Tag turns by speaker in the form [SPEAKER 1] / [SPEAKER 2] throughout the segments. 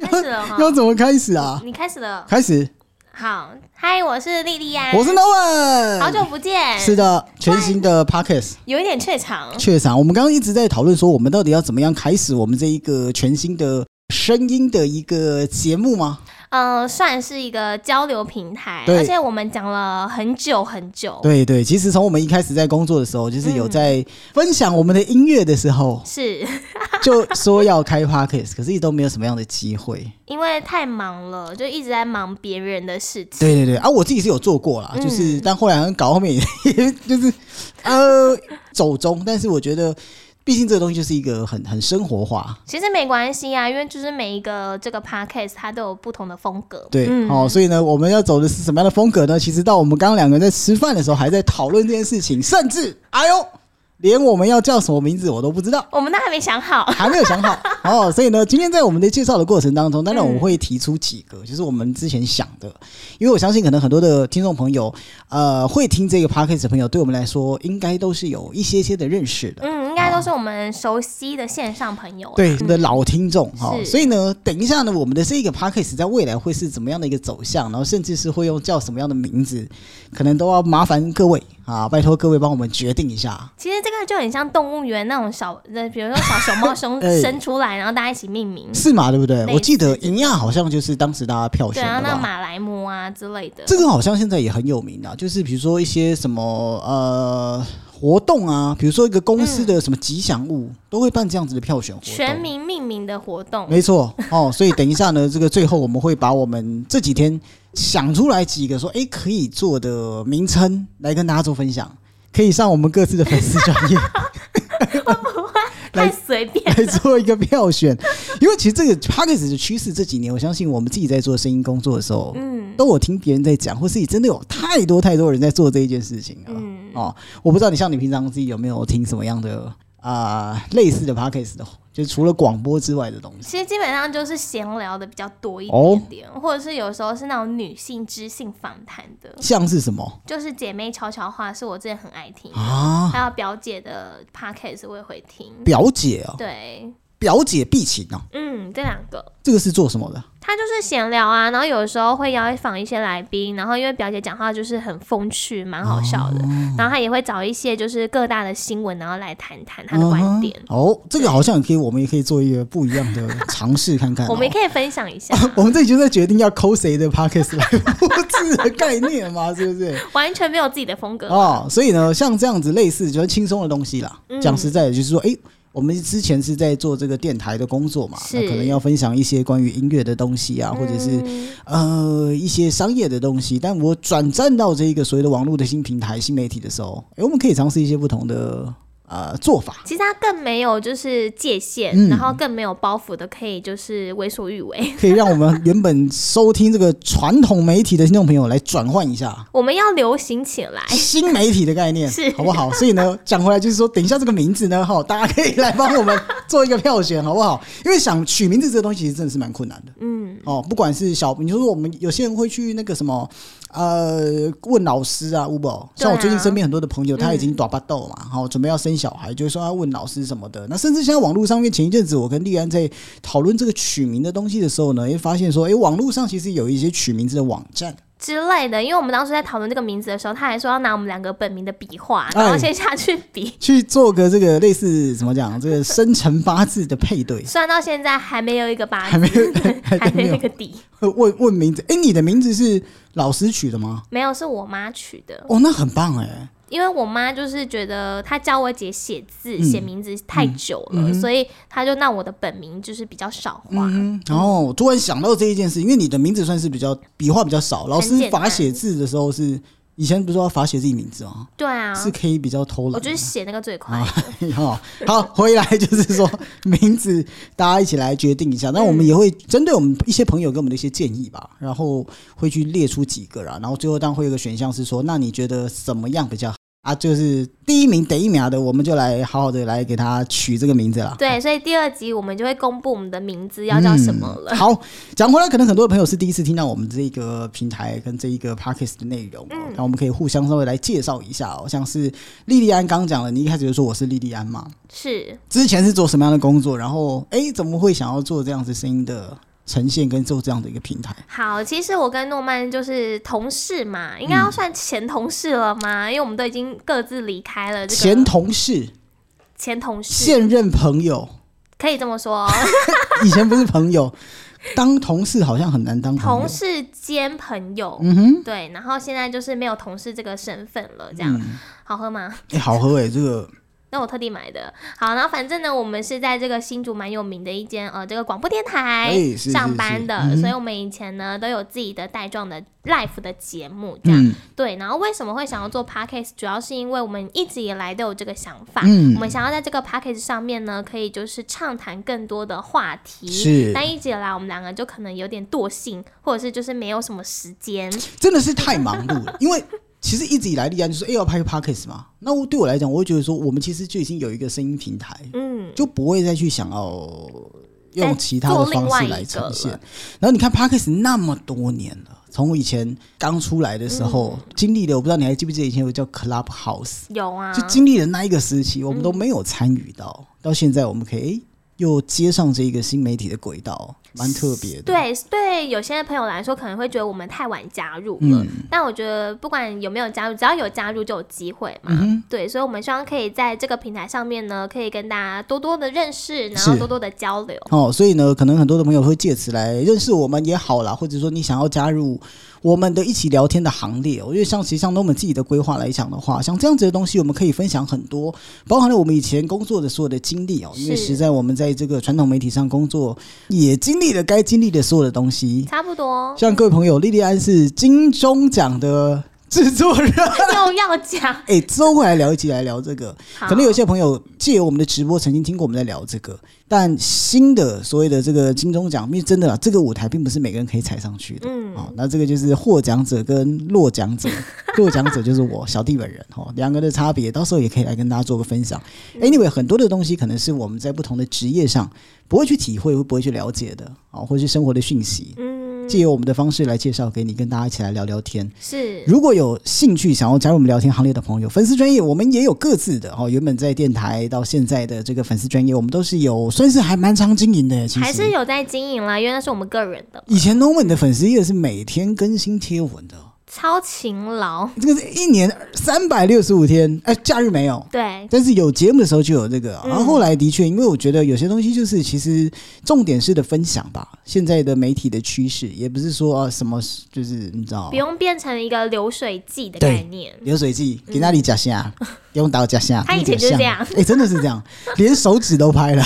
[SPEAKER 1] 始了哈
[SPEAKER 2] 要怎么开始啊？
[SPEAKER 1] 你开始了。
[SPEAKER 2] 开始，
[SPEAKER 1] 好，嗨，我是莉莉安，
[SPEAKER 2] 我是 Nolan，
[SPEAKER 1] 哎好久不见。
[SPEAKER 2] 是的，全新的 Podcast
[SPEAKER 1] 有一点怯场，
[SPEAKER 2] 确啊场，我们刚刚一直在讨论说，我们到底要怎么样开始我们这一个全新的声音的一个节目吗？
[SPEAKER 1] 嗯，算是一个交流平台，
[SPEAKER 2] 对
[SPEAKER 1] 而且我们讲了很久很久，
[SPEAKER 2] 对对，其实从我们一开始在工作的时候，就是
[SPEAKER 1] 嗯
[SPEAKER 2] 有在分享我们的音乐的时候，
[SPEAKER 1] 是
[SPEAKER 2] 就说要开 Podcast，可是一直都没有什么样的机会。
[SPEAKER 1] 因为太忙了，就一直在忙别人的事情。
[SPEAKER 2] 对对对，啊，我自己是有做过啦，
[SPEAKER 1] 嗯
[SPEAKER 2] 就是但后来好像搞后面也也 就是呃走中，但是我觉得。毕竟这个东西就是一个很很生活化，
[SPEAKER 1] 其实没关系啊，因为就是每一个这个 podcast 它都有不同的风格。
[SPEAKER 2] 对，
[SPEAKER 1] 嗯
[SPEAKER 2] 哦，所以呢，我们要走的是什么样的风格呢？其实到我们刚刚两个人在吃饭的时候，还在讨论这件事情，甚至哎呦，连我们要叫什么名字我都不知道，
[SPEAKER 1] 我们都还没想好。
[SPEAKER 2] 还没有想好哦。所以呢，今天在我们的介绍的过程当中，当然我们会提出几个，就是我们之前想的，因为我相信可能很多的听众朋友，呃，会听这个 podcast 的朋友，对我们来说应该都是有一些些的认识的。
[SPEAKER 1] 嗯，应该都是我们熟悉的线上朋友啦。
[SPEAKER 2] 对，我
[SPEAKER 1] 嗯
[SPEAKER 2] 们的老听众哈、
[SPEAKER 1] 是
[SPEAKER 2] 所以呢，等一下呢，我们的这个 podcast 在未来会是怎么样的一个走向，然后甚至是会用叫什么样的名字，可能都要麻烦各位啊，拜托各位帮我们决定一下。
[SPEAKER 1] 其实这个就很像动物园那种小，呃，比如说小熊猫生
[SPEAKER 2] 哎
[SPEAKER 1] 生出来，然后大家一起命名，
[SPEAKER 2] 是嘛？对不对
[SPEAKER 1] 类？似
[SPEAKER 2] 我记得银亚好像就是当时大家票
[SPEAKER 1] 对，
[SPEAKER 2] 选
[SPEAKER 1] 然后
[SPEAKER 2] 的
[SPEAKER 1] 那
[SPEAKER 2] 吧。
[SPEAKER 1] 马来貘啊之类的。
[SPEAKER 2] 这个好像现在也很有名啊，就是比如说一些什么呃活动啊，比如说一个公司
[SPEAKER 1] 嗯
[SPEAKER 2] 的什么吉祥物，都会办这样子的票选活动。
[SPEAKER 1] 全民命名的活动，
[SPEAKER 2] 没错哦，所以等一下呢，这个最后我们会把我们这几天想出来几个说诶可以做的名称来跟大家做分享，可以上我们各自的粉丝专业
[SPEAKER 1] 太随便。
[SPEAKER 2] 来做一个票选，因为其实这个 p a c k a g e 的趋势这几年，我相信我们自己在做声音工作的时候，
[SPEAKER 1] 嗯，
[SPEAKER 2] 都我听别人在讲，或是也真的有太多太多人在做这一件事情了。
[SPEAKER 1] 嗯
[SPEAKER 2] 哦，我不知道你像你平常自己有没有听什么样的啊、类似的 p a c k a g e 的，就是除了广播之外的东西。
[SPEAKER 1] 其实基本上就是闲聊的比较多一
[SPEAKER 2] 哦
[SPEAKER 1] 点点，或者是有时候是那种女性知性访谈的，
[SPEAKER 2] 像是什么
[SPEAKER 1] 就是姐妹悄悄话，是我之前很爱听，
[SPEAKER 2] 啊？
[SPEAKER 1] 还有表姐的 podcast 我也会听。
[SPEAKER 2] 表姐哦，
[SPEAKER 1] 对，
[SPEAKER 2] 表姐必请哦，
[SPEAKER 1] 嗯，这两个。
[SPEAKER 2] 这个是做什么的？
[SPEAKER 1] 他就是闲聊啊，然后有时候会邀访一些来宾，然后因为表姐讲话就是很风趣，蛮好笑
[SPEAKER 2] 哦
[SPEAKER 1] 的，然后他也会找一些就是各大的新闻，然后来谈谈他的观点，
[SPEAKER 2] 嗯哼哦，这个好像也可以，我们也可以做一个不一样的尝试看看哦、哦
[SPEAKER 1] 我们也可以分享一下，
[SPEAKER 2] 我们这里就在决定要抠谁的 podcast 来复制的概念嘛， 是不是？
[SPEAKER 1] 完全没有自己的风格。
[SPEAKER 2] 哦，所以呢，像这样子类似就是轻松的东西啦。
[SPEAKER 1] 嗯
[SPEAKER 2] 讲实在的，就是说，诶，我们之前是在做这个电台的工作嘛，
[SPEAKER 1] 是
[SPEAKER 2] 那可能要分享一些关于音乐的东西啊，或者是、
[SPEAKER 1] 嗯
[SPEAKER 2] 呃一些商业的东西。但我转战到这一个所谓的网络的新平台、新媒体的时候，诶，我们可以尝试一些不同的呃做法。
[SPEAKER 1] 其实他更没有就是界限，
[SPEAKER 2] 嗯
[SPEAKER 1] 然后更没有包袱的，可以就是为所欲为。
[SPEAKER 2] 可以让我们原本收听这个传统媒体的听众朋友来转换一 下
[SPEAKER 1] 我们要流行起来，
[SPEAKER 2] 新媒体的概念，
[SPEAKER 1] 哎是
[SPEAKER 2] 好不好？所以呢，讲回来就是说，等一下这个名字呢，哈，大家可以来帮我们做一个票选，好不好？因为想取名字这个东西，其实真的是蛮困难的
[SPEAKER 1] 嗯，
[SPEAKER 2] 哦。不管是小，你就说我们有些人会去那个什么，呃，问老师啊，吴宝，像我最近身边很多的朋友，他已经短巴豆嘛，好、准备要生小孩，就是说要啊问老师什么的。那甚至现在网络上面，前一阵子我跟丽安在讨论这个取名的东西的时候呢，也发现说，诶，网络上其实有一些取名字的网站，
[SPEAKER 1] 之类的，因为我们当时在讨论这个名字的时候，他还说要拿我们两个本名的笔画，
[SPEAKER 2] 哎
[SPEAKER 1] 然后先下去 比，，
[SPEAKER 2] 去做个这个类似怎么讲，这个生辰八字的配 对
[SPEAKER 1] 虽然到现在还没有一个八
[SPEAKER 2] 还
[SPEAKER 1] 字，
[SPEAKER 2] 没有，
[SPEAKER 1] 还
[SPEAKER 2] 还
[SPEAKER 1] 没
[SPEAKER 2] 没
[SPEAKER 1] 有一
[SPEAKER 2] 有
[SPEAKER 1] 个底。
[SPEAKER 2] 问问名字。诶，你的名字是老师取的吗？
[SPEAKER 1] 没有，是我妈取的，
[SPEAKER 2] 哦，那很棒诶。
[SPEAKER 1] 因为我妈就是觉得她教我姐写字、
[SPEAKER 2] 嗯
[SPEAKER 1] 写、名字太久了，所以她就让我的本名就是比较少画。
[SPEAKER 2] 嗯，然后我突然想到这一件事，因为你的名字算是比较笔画比较少，老师
[SPEAKER 1] 很简单
[SPEAKER 2] 罚写字的时候是以前不是说要罚写自己名字吗？
[SPEAKER 1] 对啊，
[SPEAKER 2] 是可以比较偷
[SPEAKER 1] 我
[SPEAKER 2] 懒
[SPEAKER 1] 就
[SPEAKER 2] 的。
[SPEAKER 1] 是写那个最
[SPEAKER 2] 哦
[SPEAKER 1] 快。
[SPEAKER 2] 好呃好，回来就是说名字，大家一起来决定一下。那我们也会针对我们一些朋友给我们的一些建议吧，然后会去列出几个啦，然后最后当然会有一个选项是说，那你觉得怎么样比较好啊？就是第一名、第一秒的，我们就来好好的来给他取这个名字啦。
[SPEAKER 1] 对，所以第二集我们就会公布我们的名字要叫什么了。
[SPEAKER 2] 嗯好，讲回来，可能很多的朋友是第一次听到我们这一个平台跟这一个 podcast 的内容、哦，
[SPEAKER 1] 嗯
[SPEAKER 2] 那、我们可以互相稍微来介绍一下哦。像是莉莉安刚刚讲了，你一开始就说我是莉莉安嘛，
[SPEAKER 1] 是
[SPEAKER 2] 之前是做什么样的工作，然后哎，诶怎么会想要做这样子声音的呈现跟做这样的一个平台。
[SPEAKER 1] 好，其实我跟诺曼就是同事嘛，应该要算前同事了吗？因为我们都已经各自离开了。这个
[SPEAKER 2] 前同事、
[SPEAKER 1] 前同事
[SPEAKER 2] 现任朋友，
[SPEAKER 1] 可以这么 说哦，
[SPEAKER 2] 以前不是朋友，当同事好像很难当朋
[SPEAKER 1] 同
[SPEAKER 2] 友。
[SPEAKER 1] 事兼朋友。
[SPEAKER 2] 嗯哼，
[SPEAKER 1] 对，然后现在就是没有同事这个身份了，这样、
[SPEAKER 2] 嗯
[SPEAKER 1] 好喝吗？
[SPEAKER 2] 哎、好喝哎、这个
[SPEAKER 1] 那我特地买的。好，然后反正呢，我们是在这个新竹蛮有名的一间呃这个广播电台
[SPEAKER 2] 哎是是
[SPEAKER 1] 上班的，
[SPEAKER 2] 是嗯
[SPEAKER 1] 所以我们以前呢都有自己的带状的 life 的节目这样。
[SPEAKER 2] 嗯
[SPEAKER 1] 对，然后为什么会想要做 podcast，主要是因为我们一直以来都有这个想法，
[SPEAKER 2] 嗯
[SPEAKER 1] 我们想要在这个 podcast 上面呢，可以就是畅谈更多的话题。
[SPEAKER 2] 是
[SPEAKER 1] 但一直以来我们两个就可能有点惰性，或者是就是没有什么时间。
[SPEAKER 2] 真的是太忙碌了，因 为其实一直以来立案就是哎、要拍个 podcast 嘛，那我对我来讲，我会觉得说我们其实就已经有一个声音平台，
[SPEAKER 1] 嗯，
[SPEAKER 2] 就不会再去想要用其他的方式来呈
[SPEAKER 1] 再做另外一个
[SPEAKER 2] 现
[SPEAKER 1] 了。
[SPEAKER 2] 然后你看 Parkes 那么多年了，从我以前刚出来的时候、
[SPEAKER 1] 嗯
[SPEAKER 2] 经历的，我不知道你还记不记得以前有个叫 Clubhouse，、
[SPEAKER 1] 有啊，嗯
[SPEAKER 2] 就经历了那一个时期，我们都没有参与到，到现在我们可以诶又接上这一个新媒体的轨道，蛮特别的。，
[SPEAKER 1] 对对，有些朋友来说可能会觉得我们太晚加入了，
[SPEAKER 2] 嗯
[SPEAKER 1] 但我觉得不管有没有加入，只要有加入就有机会嘛。
[SPEAKER 2] 嗯
[SPEAKER 1] 对，所以我们希望可以在这个平台上面呢，可以跟大家多多的认识，然后
[SPEAKER 2] 是
[SPEAKER 1] 多多的交流。
[SPEAKER 2] 哦，所以呢，可能很多的朋友会借此来认识我们也好啦，或者说你想要加入我们的一起聊天的行列，我觉得像其实像我们自己的规划来讲的话，像这样子的东西，我们可以分享很多，包含了我们以前工作的所有的经历哦，因为
[SPEAKER 1] 是
[SPEAKER 2] 实在我们在这个传统媒体上工作，也经历了该经历的所有的东西。
[SPEAKER 1] 差不 多
[SPEAKER 2] 像各位朋友，莉莉安是金钟奖的制作人，
[SPEAKER 1] 又要讲，
[SPEAKER 2] 哎，之后会来聊一集来聊这个。
[SPEAKER 1] 好
[SPEAKER 2] 可能有些朋友借由我们的直播曾经听过我们在聊这个，但新的所谓的这个金钟奖，因为真的啦，这个舞台并不是每个人可以踩上去的。
[SPEAKER 1] 嗯
[SPEAKER 2] 哦，那这个就是获奖者跟落奖者， 落奖者就是我小弟本人哦，两个的差别，到时候也可以来跟大家做个分享。Anyway，很
[SPEAKER 1] 嗯
[SPEAKER 2] 多的东西可能是我们在不同的职业上不会去体会、不会去了解的哦，或是生活的讯息，
[SPEAKER 1] 嗯，
[SPEAKER 2] 借由我们的方式来介绍给你，跟大家一起来聊聊天。
[SPEAKER 1] 是
[SPEAKER 2] 如果有兴趣想要加入我们聊天行列的朋友，粉丝专业我们也有各自的哦。原本在电台到现在的这个粉丝专业，我们都是有算是还蛮常经营的耶。其
[SPEAKER 1] 还是
[SPEAKER 2] 实
[SPEAKER 1] 有在经营啦，因为那是我们个人的，
[SPEAKER 2] 以前 Norman 的粉丝页是每天更新贴文的，
[SPEAKER 1] 超勤劳。
[SPEAKER 2] 这个是一年三百六十五天，哎、假日没有。
[SPEAKER 1] 对，
[SPEAKER 2] 但是有节目的时候就有这
[SPEAKER 1] 嗯
[SPEAKER 2] 个，然后后来的确，因为我觉得有些东西就是其实重点是的分享吧。现在的媒体的趋势也不是说啊什么，就是你知道
[SPEAKER 1] 不，用变成一个流水计的
[SPEAKER 2] 对
[SPEAKER 1] 概念。
[SPEAKER 2] 流水计给那里假象，用刀假象。
[SPEAKER 1] 嗯他以前就是这样
[SPEAKER 2] 哎、真的是这样，连手指都拍了。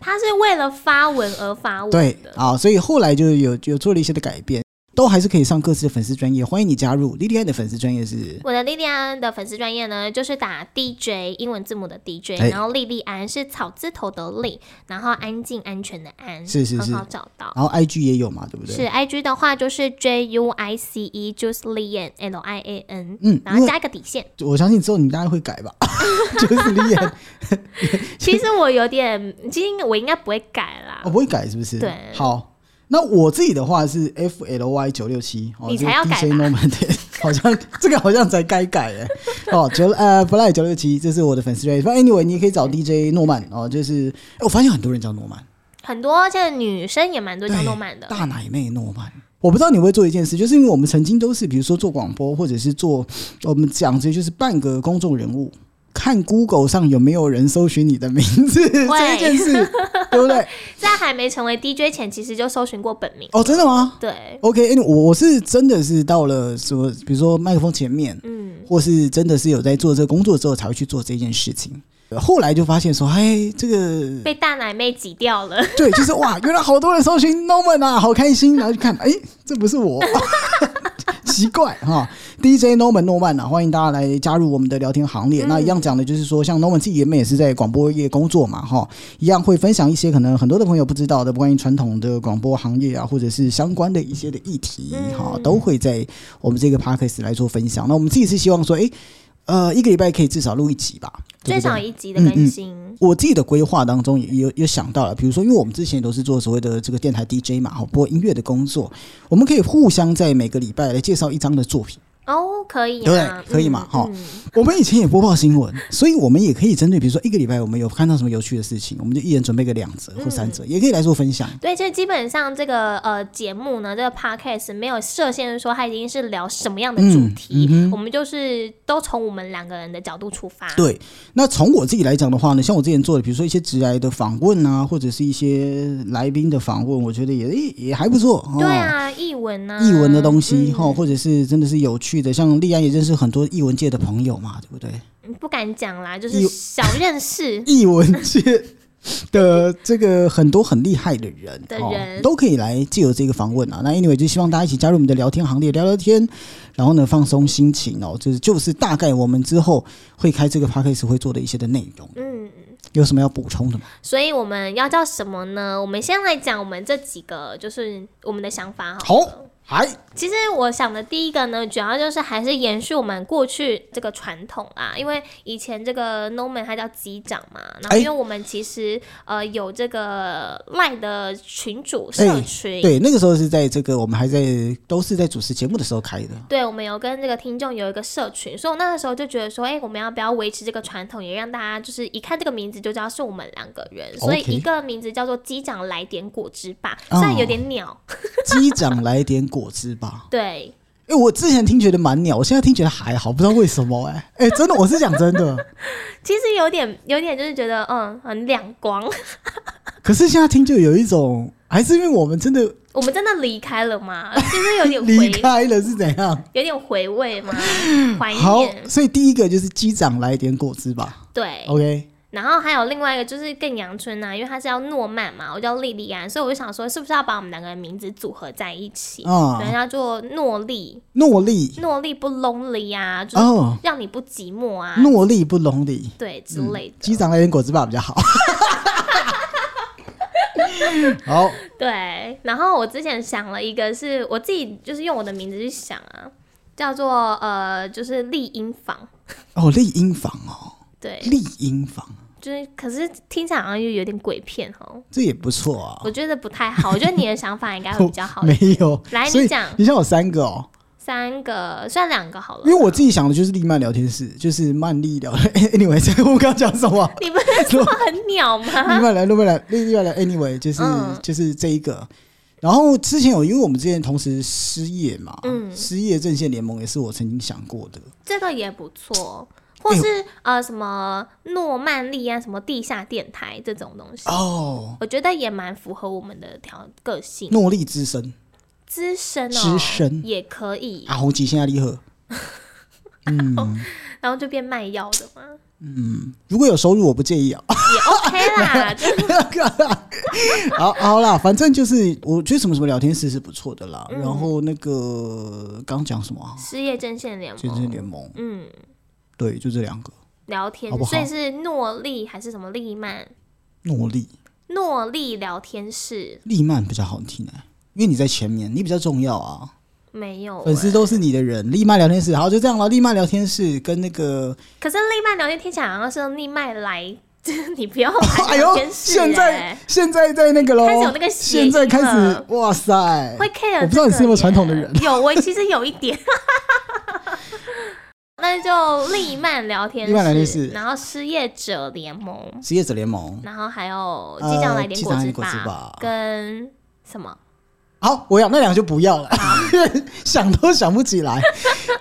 [SPEAKER 1] 他是为了发文而发文
[SPEAKER 2] 对
[SPEAKER 1] 的，
[SPEAKER 2] 啊，所以后来就有有做了一些的改变，都还是可以上各自的粉丝专业，欢迎你加入。莉莉安的粉丝专业是
[SPEAKER 1] 我的莉莉安的粉丝专业呢，就是打 DJ 英文字母的 DJ，、
[SPEAKER 2] 哎
[SPEAKER 1] 然后莉莉安是草字头的莉，然后安静安全的安，
[SPEAKER 2] 是是是
[SPEAKER 1] 很好找到。
[SPEAKER 2] 然后 IG 也有嘛，对不对？
[SPEAKER 1] 是 I G 的话就是 J U I C E Juice Lian L I A N，
[SPEAKER 2] 嗯
[SPEAKER 1] 然后加一个底线。
[SPEAKER 2] 我相信之后你大概会改吧， 就是莉莉安，
[SPEAKER 1] 其实我有点，其实我应该不会改啦，
[SPEAKER 2] 我、哦不会改是不是？
[SPEAKER 1] 啊对
[SPEAKER 2] 好。那我自己的话是 F L Y 九六七，哦，
[SPEAKER 1] 你
[SPEAKER 2] 这个
[SPEAKER 1] 才要改
[SPEAKER 2] DJ
[SPEAKER 1] 吧
[SPEAKER 2] Norman 对， 好像这个好像才该改哎，哦，九呃 f l y 九六七，这是我的粉丝专业。反正 anyway，你也可以找 DJ 诺曼哦，就是哎我发现很多人叫诺曼，
[SPEAKER 1] 很多现在女生也蛮多叫
[SPEAKER 2] 对
[SPEAKER 1] 诺曼的，
[SPEAKER 2] 大奶妹诺曼。我不知道你会做一件事，就是因为我们曾经都是，比如说做广播，或者是做我们讲这就是半个公众人物，看 Google 上有没有人搜寻你的名字 这一件事，对不对？
[SPEAKER 1] 在还没成为 DJ 前，其实就搜寻过本名。
[SPEAKER 2] 哦，真的吗
[SPEAKER 1] 对，
[SPEAKER 2] ？OK，anyway，我我哎是真的是到了什么，比如说麦克风前面，
[SPEAKER 1] 嗯，
[SPEAKER 2] 或是真的是有在做这个工作之后才会去做这件事情。后来就发现说，哎，这个
[SPEAKER 1] 被大奶妹挤掉了。
[SPEAKER 2] 对，就是哇，原来好多人搜寻 Norman 啊，好开心，然后就看，哎，这不是我， 奇怪哈。DJ Norman 诺曼啊，欢迎大家来加入我们的聊天行
[SPEAKER 1] 嗯
[SPEAKER 2] 列。那一样讲的就是说，像 Norman 自己原本也是在广播业工作嘛，哈，一样会分享一些可能很多的朋友不知道的关于传统的广播行业啊，或者是相关的一些的议题
[SPEAKER 1] 嗯
[SPEAKER 2] 哈，都会在我们这个 podcast 来做分享。那我们自己是希望说，哎。呃，一个礼拜可以至少录一集吧，
[SPEAKER 1] 最
[SPEAKER 2] 对嗯不对
[SPEAKER 1] 少一集的更新。
[SPEAKER 2] 我自己的规划当中也有有想到了，比如说，因为我们之前都是做所谓的这个电台 DJ 嘛，好播音乐的工作，我们可以互相在每个礼拜来介绍一张的作品。
[SPEAKER 1] 嗯哦，可以、啊，
[SPEAKER 2] 对不对可以嘛
[SPEAKER 1] 嗯
[SPEAKER 2] 齁我们以前也播报新闻，所以我们也可以针对，比如说一个礼拜我们有看到什么有趣的事情，我们就一人准备个两则或
[SPEAKER 1] 嗯
[SPEAKER 2] 三则，也可以来做分享。
[SPEAKER 1] 对，就基本上这个呃节目呢，这个 podcast 没有设限说它已经是聊什么样的主
[SPEAKER 2] 嗯
[SPEAKER 1] 题，我们就是都从我们两个人的角度出发。
[SPEAKER 2] 对，那从我自己来讲的话呢，像我之前做的，比如说一些直来的访问啊，或者是一些来宾的访问，我觉得也诶也还不错。哦、
[SPEAKER 1] 对啊，译文啊，
[SPEAKER 2] 译文的东西
[SPEAKER 1] 嗯
[SPEAKER 2] 哈、哦或者是真的是有趣的，像丽安也认识很多译文界的朋友 嘛，对不对？
[SPEAKER 1] 嗯不敢讲啦，就
[SPEAKER 2] 译。
[SPEAKER 1] 是小认识
[SPEAKER 2] 译文界的这个很多很厉害的人
[SPEAKER 1] 的
[SPEAKER 2] 哦
[SPEAKER 1] 人、
[SPEAKER 2] 都可以来借由这个访问啊。那 anyway 就希望大家一起加入我们的聊天行列，聊聊天，然后呢放松心情哦。就是就是大概我们之后会开这个 podcast 会做的一些的内容，
[SPEAKER 1] 嗯，
[SPEAKER 2] 有什么要补充的吗？
[SPEAKER 1] 所以我们要叫什么呢？我们先来讲我们这几个，就是我们的想法好了。
[SPEAKER 2] 好，哎嗨，
[SPEAKER 1] 其实我想的第一个呢，主要就是还是延续我们过去这个传统啦，因为以前这个 n o m a n 他叫机长嘛，然后
[SPEAKER 2] 哎
[SPEAKER 1] 因为我们其实呃有这个赖的群主
[SPEAKER 2] 哎
[SPEAKER 1] 社群。
[SPEAKER 2] 对，那个时候是在这个我们还在都是在主持节目的时候开的。
[SPEAKER 1] 对，我们有跟这个听众有一个社群，所以我那个时候就觉得说，哎、我们要不要维持这个传统，也让大家就是一看这个名字就知道是我们两个人，所以
[SPEAKER 2] 哦 OK
[SPEAKER 1] 一个名字叫做“机长来点果汁吧”，
[SPEAKER 2] 哦
[SPEAKER 1] 虽然有点鸟，
[SPEAKER 2] 机长来点果汁吧。
[SPEAKER 1] 对，
[SPEAKER 2] 哎、我之前听觉得蛮鸟，我现在听觉得还好，不知道为什么哎、哎、真的，我是讲真的。
[SPEAKER 1] 其实有点有点就是觉得嗯很两光，
[SPEAKER 2] 可是现在听就有一种，还是因为我们真的
[SPEAKER 1] 我们真的离开了 吗？就是有点
[SPEAKER 2] 离
[SPEAKER 1] 回，
[SPEAKER 2] 开了是怎样？
[SPEAKER 1] 有点回味 吗？怀
[SPEAKER 2] 好，
[SPEAKER 1] 念，
[SPEAKER 2] 所以第一个就是机长来点果汁吧。
[SPEAKER 1] 对。
[SPEAKER 2] OK，
[SPEAKER 1] 然后还有另外一个就是更阳春啊，因为他是要诺曼嘛，我叫莉莉安，所以我就想说，是不是要把我们两个人名字组合在一起？
[SPEAKER 2] 啊、
[SPEAKER 1] 人家做诺丽，
[SPEAKER 2] 诺丽
[SPEAKER 1] 诺丽不 lonely 啊，就是
[SPEAKER 2] 哦，
[SPEAKER 1] 让你不寂寞啊，
[SPEAKER 2] 诺丽不拢理，
[SPEAKER 1] 对之类的。
[SPEAKER 2] 机长来点果汁吧比 较好。好，
[SPEAKER 1] 对，然后我之前想了一个是，我自己就是用我的名字去想啊，叫做呃，就是丽音房。
[SPEAKER 2] 哦，丽英房哦，
[SPEAKER 1] 对，
[SPEAKER 2] 丽英房，
[SPEAKER 1] 就是可是听起来好像又有点鬼片哦，
[SPEAKER 2] 这也不错啊。
[SPEAKER 1] 我觉得不太好。我觉得你的想法应该会比较好。
[SPEAKER 2] 没有，
[SPEAKER 1] 来你
[SPEAKER 2] 所以
[SPEAKER 1] 讲
[SPEAKER 2] 你像有三个哦，
[SPEAKER 1] 三个算两个好了
[SPEAKER 2] 因为，我自己想的就是丽曼聊天 室，就是曼丽聊。anyway，这个 我刚刚讲什么？
[SPEAKER 1] 你不是说很鸟 吗？
[SPEAKER 2] 另外来，另外来，另外来，anyway，就是、
[SPEAKER 1] 嗯
[SPEAKER 2] 就是这一个。然后之前有，因为我们之前同时失业嘛，
[SPEAKER 1] 嗯
[SPEAKER 2] 失业阵线联盟也是我曾经想过的。
[SPEAKER 1] 这个也不错，
[SPEAKER 2] 哎
[SPEAKER 1] 或是、呃什么诺曼利啊，什么地下电台这种东西，
[SPEAKER 2] 哦，
[SPEAKER 1] 我觉得也蛮符合我们的条个性。
[SPEAKER 2] 诺丽之声
[SPEAKER 1] 资深哦，
[SPEAKER 2] 资深
[SPEAKER 1] 也可以，
[SPEAKER 2] 啊，红旗现在厉害。
[SPEAKER 1] 然后就变卖药的 嘛，
[SPEAKER 2] 如果有收入，我不介意啊。
[SPEAKER 1] 也 OK 啦。就
[SPEAKER 2] 好，好啦，反正就是我觉得什么什么聊天室是不错的啦。
[SPEAKER 1] 嗯
[SPEAKER 2] 然后那个刚讲什么啊？
[SPEAKER 1] 失业阵线联
[SPEAKER 2] 健身
[SPEAKER 1] 盟，
[SPEAKER 2] 联盟，
[SPEAKER 1] 嗯，
[SPEAKER 2] 对，就这两个。
[SPEAKER 1] 聊天
[SPEAKER 2] 好不好
[SPEAKER 1] 所以是诺丽还是什么丽曼？
[SPEAKER 2] 诺丽
[SPEAKER 1] 诺丽聊天室
[SPEAKER 2] 丽曼比较好听哎、因为你在前面，你比较重要啊。
[SPEAKER 1] 没有、
[SPEAKER 2] 粉丝
[SPEAKER 1] 欸，
[SPEAKER 2] 都是你的人，丽曼聊天室，好就这样了。丽曼聊天室跟那个，
[SPEAKER 1] 可是丽曼聊天听起来好像是丽麦来，就是你不要来
[SPEAKER 2] 哎
[SPEAKER 1] 聊
[SPEAKER 2] 呦，
[SPEAKER 1] 天室、欸
[SPEAKER 2] 现在现在在那个喽，
[SPEAKER 1] 开始有那个谐音
[SPEAKER 2] 现在开始
[SPEAKER 1] 了，
[SPEAKER 2] 哇塞，
[SPEAKER 1] 会 care，
[SPEAKER 2] 我不知道你是
[SPEAKER 1] 这
[SPEAKER 2] 不
[SPEAKER 1] 个
[SPEAKER 2] 是传统的
[SPEAKER 1] 耶
[SPEAKER 2] 人。
[SPEAKER 1] 有，我其实有一点。 那就丽曼聊天室，
[SPEAKER 2] 丽曼聊天室
[SPEAKER 1] 然后失业者联盟，
[SPEAKER 2] 职业者联盟，
[SPEAKER 1] 然后还有
[SPEAKER 2] 呃
[SPEAKER 1] 即将来点
[SPEAKER 2] 即
[SPEAKER 1] 果
[SPEAKER 2] 将来
[SPEAKER 1] 汁
[SPEAKER 2] 点果汁吧
[SPEAKER 1] 跟什么？
[SPEAKER 2] 好，我要那两个就不要了， 想都想不起来，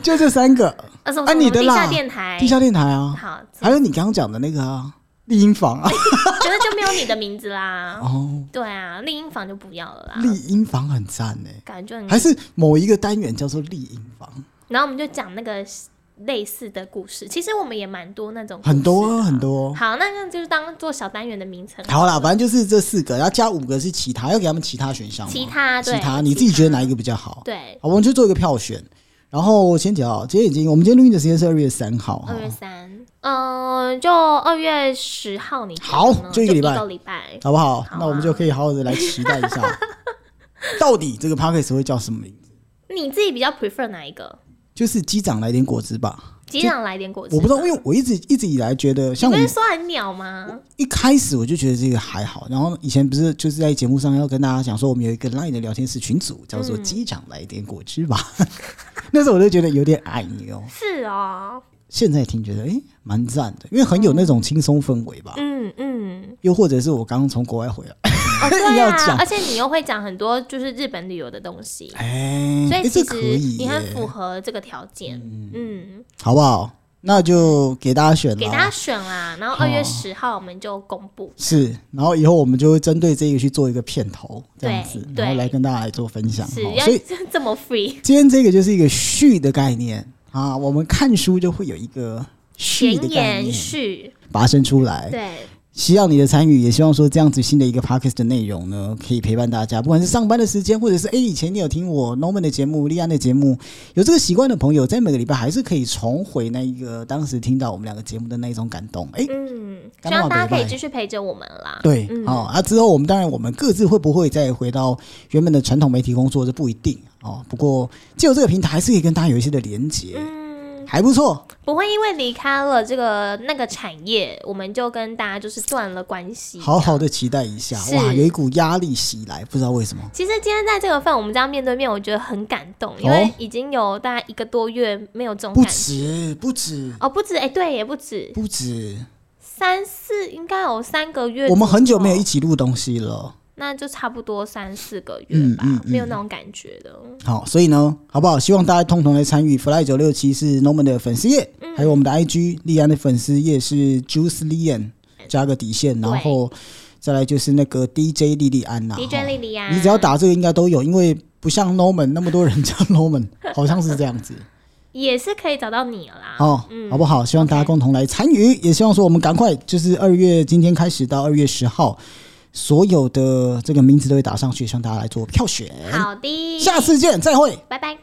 [SPEAKER 2] 就这三个，
[SPEAKER 1] 啊什么？
[SPEAKER 2] 啊
[SPEAKER 1] 什么
[SPEAKER 2] 你的
[SPEAKER 1] 地下
[SPEAKER 2] 啦
[SPEAKER 1] 电台，
[SPEAKER 2] 地下电台啊，
[SPEAKER 1] 好，
[SPEAKER 2] 还有你刚刚讲的那个啊，丽音房啊，
[SPEAKER 1] 可是就没有你的名字啦。
[SPEAKER 2] 哦，
[SPEAKER 1] 对啊，丽音房就不要了啦，
[SPEAKER 2] 丽音房很赞哎，
[SPEAKER 1] 感觉很
[SPEAKER 2] 还。是某一个单元叫做丽音房，
[SPEAKER 1] 然后我们就讲那个类似的故事，其实我们也蛮多那种故事
[SPEAKER 2] 很多啊
[SPEAKER 1] 的
[SPEAKER 2] 很多。
[SPEAKER 1] 好，那那就是当做小单元的名称。
[SPEAKER 2] 好啦，反正就是这四个，然后加五个是其他，要给他们其他选项吗。
[SPEAKER 1] 其他
[SPEAKER 2] 其
[SPEAKER 1] 对
[SPEAKER 2] 他，你自己觉得哪一个比较好？
[SPEAKER 1] 对，
[SPEAKER 2] 好，我们就做一个票选。然后先讲啊，今天已经我们今天录音的时间是二月三号哈
[SPEAKER 1] 二。月三，嗯，就二月十号你觉得
[SPEAKER 2] 好
[SPEAKER 1] 呢
[SPEAKER 2] 就一个礼拜
[SPEAKER 1] 一个礼拜。
[SPEAKER 2] 好不
[SPEAKER 1] 好
[SPEAKER 2] 好？
[SPEAKER 1] 啊
[SPEAKER 2] 那我们就可以好好的来期待一下， 到底这个 podcast 会叫什么名字？
[SPEAKER 1] 你自己比较 prefer 哪一个？
[SPEAKER 2] 就是机长来点果汁吧。
[SPEAKER 1] 机长来点果汁吧，
[SPEAKER 2] 我不知道，因为我一直一直以来觉得，像
[SPEAKER 1] 你不
[SPEAKER 2] 我
[SPEAKER 1] 是
[SPEAKER 2] 们
[SPEAKER 1] 说很鸟吗？
[SPEAKER 2] 一开始我就觉得这个还好，然后以前不是就是在节目上要跟大家讲说，我们有一个 LINE 的聊天室群组，叫做“嗯机长来点果汁吧”， 那时候我就觉得有点矮哦。
[SPEAKER 1] 是哦，
[SPEAKER 2] 现在听觉得诶蛮赞的，因为很有那种轻松氛围吧。
[SPEAKER 1] 嗯嗯，
[SPEAKER 2] 又或者是我刚从国 外回来，
[SPEAKER 1] 哦对
[SPEAKER 2] 要
[SPEAKER 1] 啊
[SPEAKER 2] 讲，
[SPEAKER 1] 而且你又会讲很多就是日本旅游的东西，
[SPEAKER 2] 哎、
[SPEAKER 1] 所
[SPEAKER 2] 诶
[SPEAKER 1] 以
[SPEAKER 2] 这
[SPEAKER 1] 其
[SPEAKER 2] 可
[SPEAKER 1] 实
[SPEAKER 2] 以
[SPEAKER 1] 你很
[SPEAKER 2] 耶
[SPEAKER 1] 符合这个条件，嗯，
[SPEAKER 2] 好不好？那就给大家选了，
[SPEAKER 1] 给大家选啦。然后
[SPEAKER 2] 哦
[SPEAKER 1] 二月十号我们就公布，
[SPEAKER 2] 是，然后以后我们就会针对这个去做一个片头，这样
[SPEAKER 1] 对
[SPEAKER 2] 子，
[SPEAKER 1] 对
[SPEAKER 2] 然后来跟大家来做分享。
[SPEAKER 1] 是
[SPEAKER 2] 哈
[SPEAKER 1] 要
[SPEAKER 2] 所以
[SPEAKER 1] 这么 free
[SPEAKER 2] 今天这个就是一个序的概念啊，我们看书就会有一个序的
[SPEAKER 1] 前
[SPEAKER 2] 概
[SPEAKER 1] 言
[SPEAKER 2] 念
[SPEAKER 1] 序，
[SPEAKER 2] 拔升出来。
[SPEAKER 1] 对，
[SPEAKER 2] 希望你的参与，也希望说这样子新的一个 podcast 的内容呢，可以陪伴大家，不管是上班的时间，或者是哎诶以前你有听我 Norman 的节目、利安的节目，有这个习惯的朋友，在每个礼拜还是可以重回那一个当时听到我们两个节目的那一种感动。诶，
[SPEAKER 1] 嗯，
[SPEAKER 2] 刚
[SPEAKER 1] 希望
[SPEAKER 2] 好
[SPEAKER 1] 大家
[SPEAKER 2] 没
[SPEAKER 1] 可以
[SPEAKER 2] 卖
[SPEAKER 1] 继续陪着我们啦。
[SPEAKER 2] 对，
[SPEAKER 1] 嗯
[SPEAKER 2] 哦，啊，之后我们当然我们各自会不会再回到原本的传统媒体工作，这不一定哦。不过借由这个平台，还是可以跟大家有一些的连接，
[SPEAKER 1] 嗯，
[SPEAKER 2] 还不错。
[SPEAKER 1] 不会因为离开了这个那个产业，我们就跟大家就是断了关系。
[SPEAKER 2] 好好的期待一下，
[SPEAKER 1] 是
[SPEAKER 2] 哇，有一股压力袭来，不知道为什么。
[SPEAKER 1] 其实今天在这个份，我们这样面对面，我觉得很感动，因
[SPEAKER 2] 哦
[SPEAKER 1] 为已经有大概一个多月没有这种
[SPEAKER 2] 不
[SPEAKER 1] 感
[SPEAKER 2] 止，不止，
[SPEAKER 1] 哦，不止哎、对，也不止
[SPEAKER 2] 不止，
[SPEAKER 1] 三四，应该有三个月。
[SPEAKER 2] 我们很久没有一，起录东西了。
[SPEAKER 1] 那就差不多三四个
[SPEAKER 2] 嗯
[SPEAKER 1] 月吧，
[SPEAKER 2] 嗯嗯
[SPEAKER 1] 没有那种感觉的。
[SPEAKER 2] 好，所以呢，好不好？希望大家共同来参与。Fly 九六七是 Norman 的粉丝页，
[SPEAKER 1] 嗯
[SPEAKER 2] 还有我们的 IG 利安的粉丝页是 Juice Lian 加个底线，然后再来就是那个 DJ 莉莉安呐、
[SPEAKER 1] DJ
[SPEAKER 2] 哈
[SPEAKER 1] 莉莉啊，
[SPEAKER 2] 你只要打这个应该都有，因为不像 Norman 那么多人叫 Norman，好像是这样子
[SPEAKER 1] 也是可以找到你啦。
[SPEAKER 2] 哦，好不好？希望大家共同来参与，也希望说我们赶快就是二月今天开始到二月十号，所有的这个名字都会打上去，希望大家来做票选。
[SPEAKER 1] 嗯好的，
[SPEAKER 2] 下次见，再会。
[SPEAKER 1] 拜拜。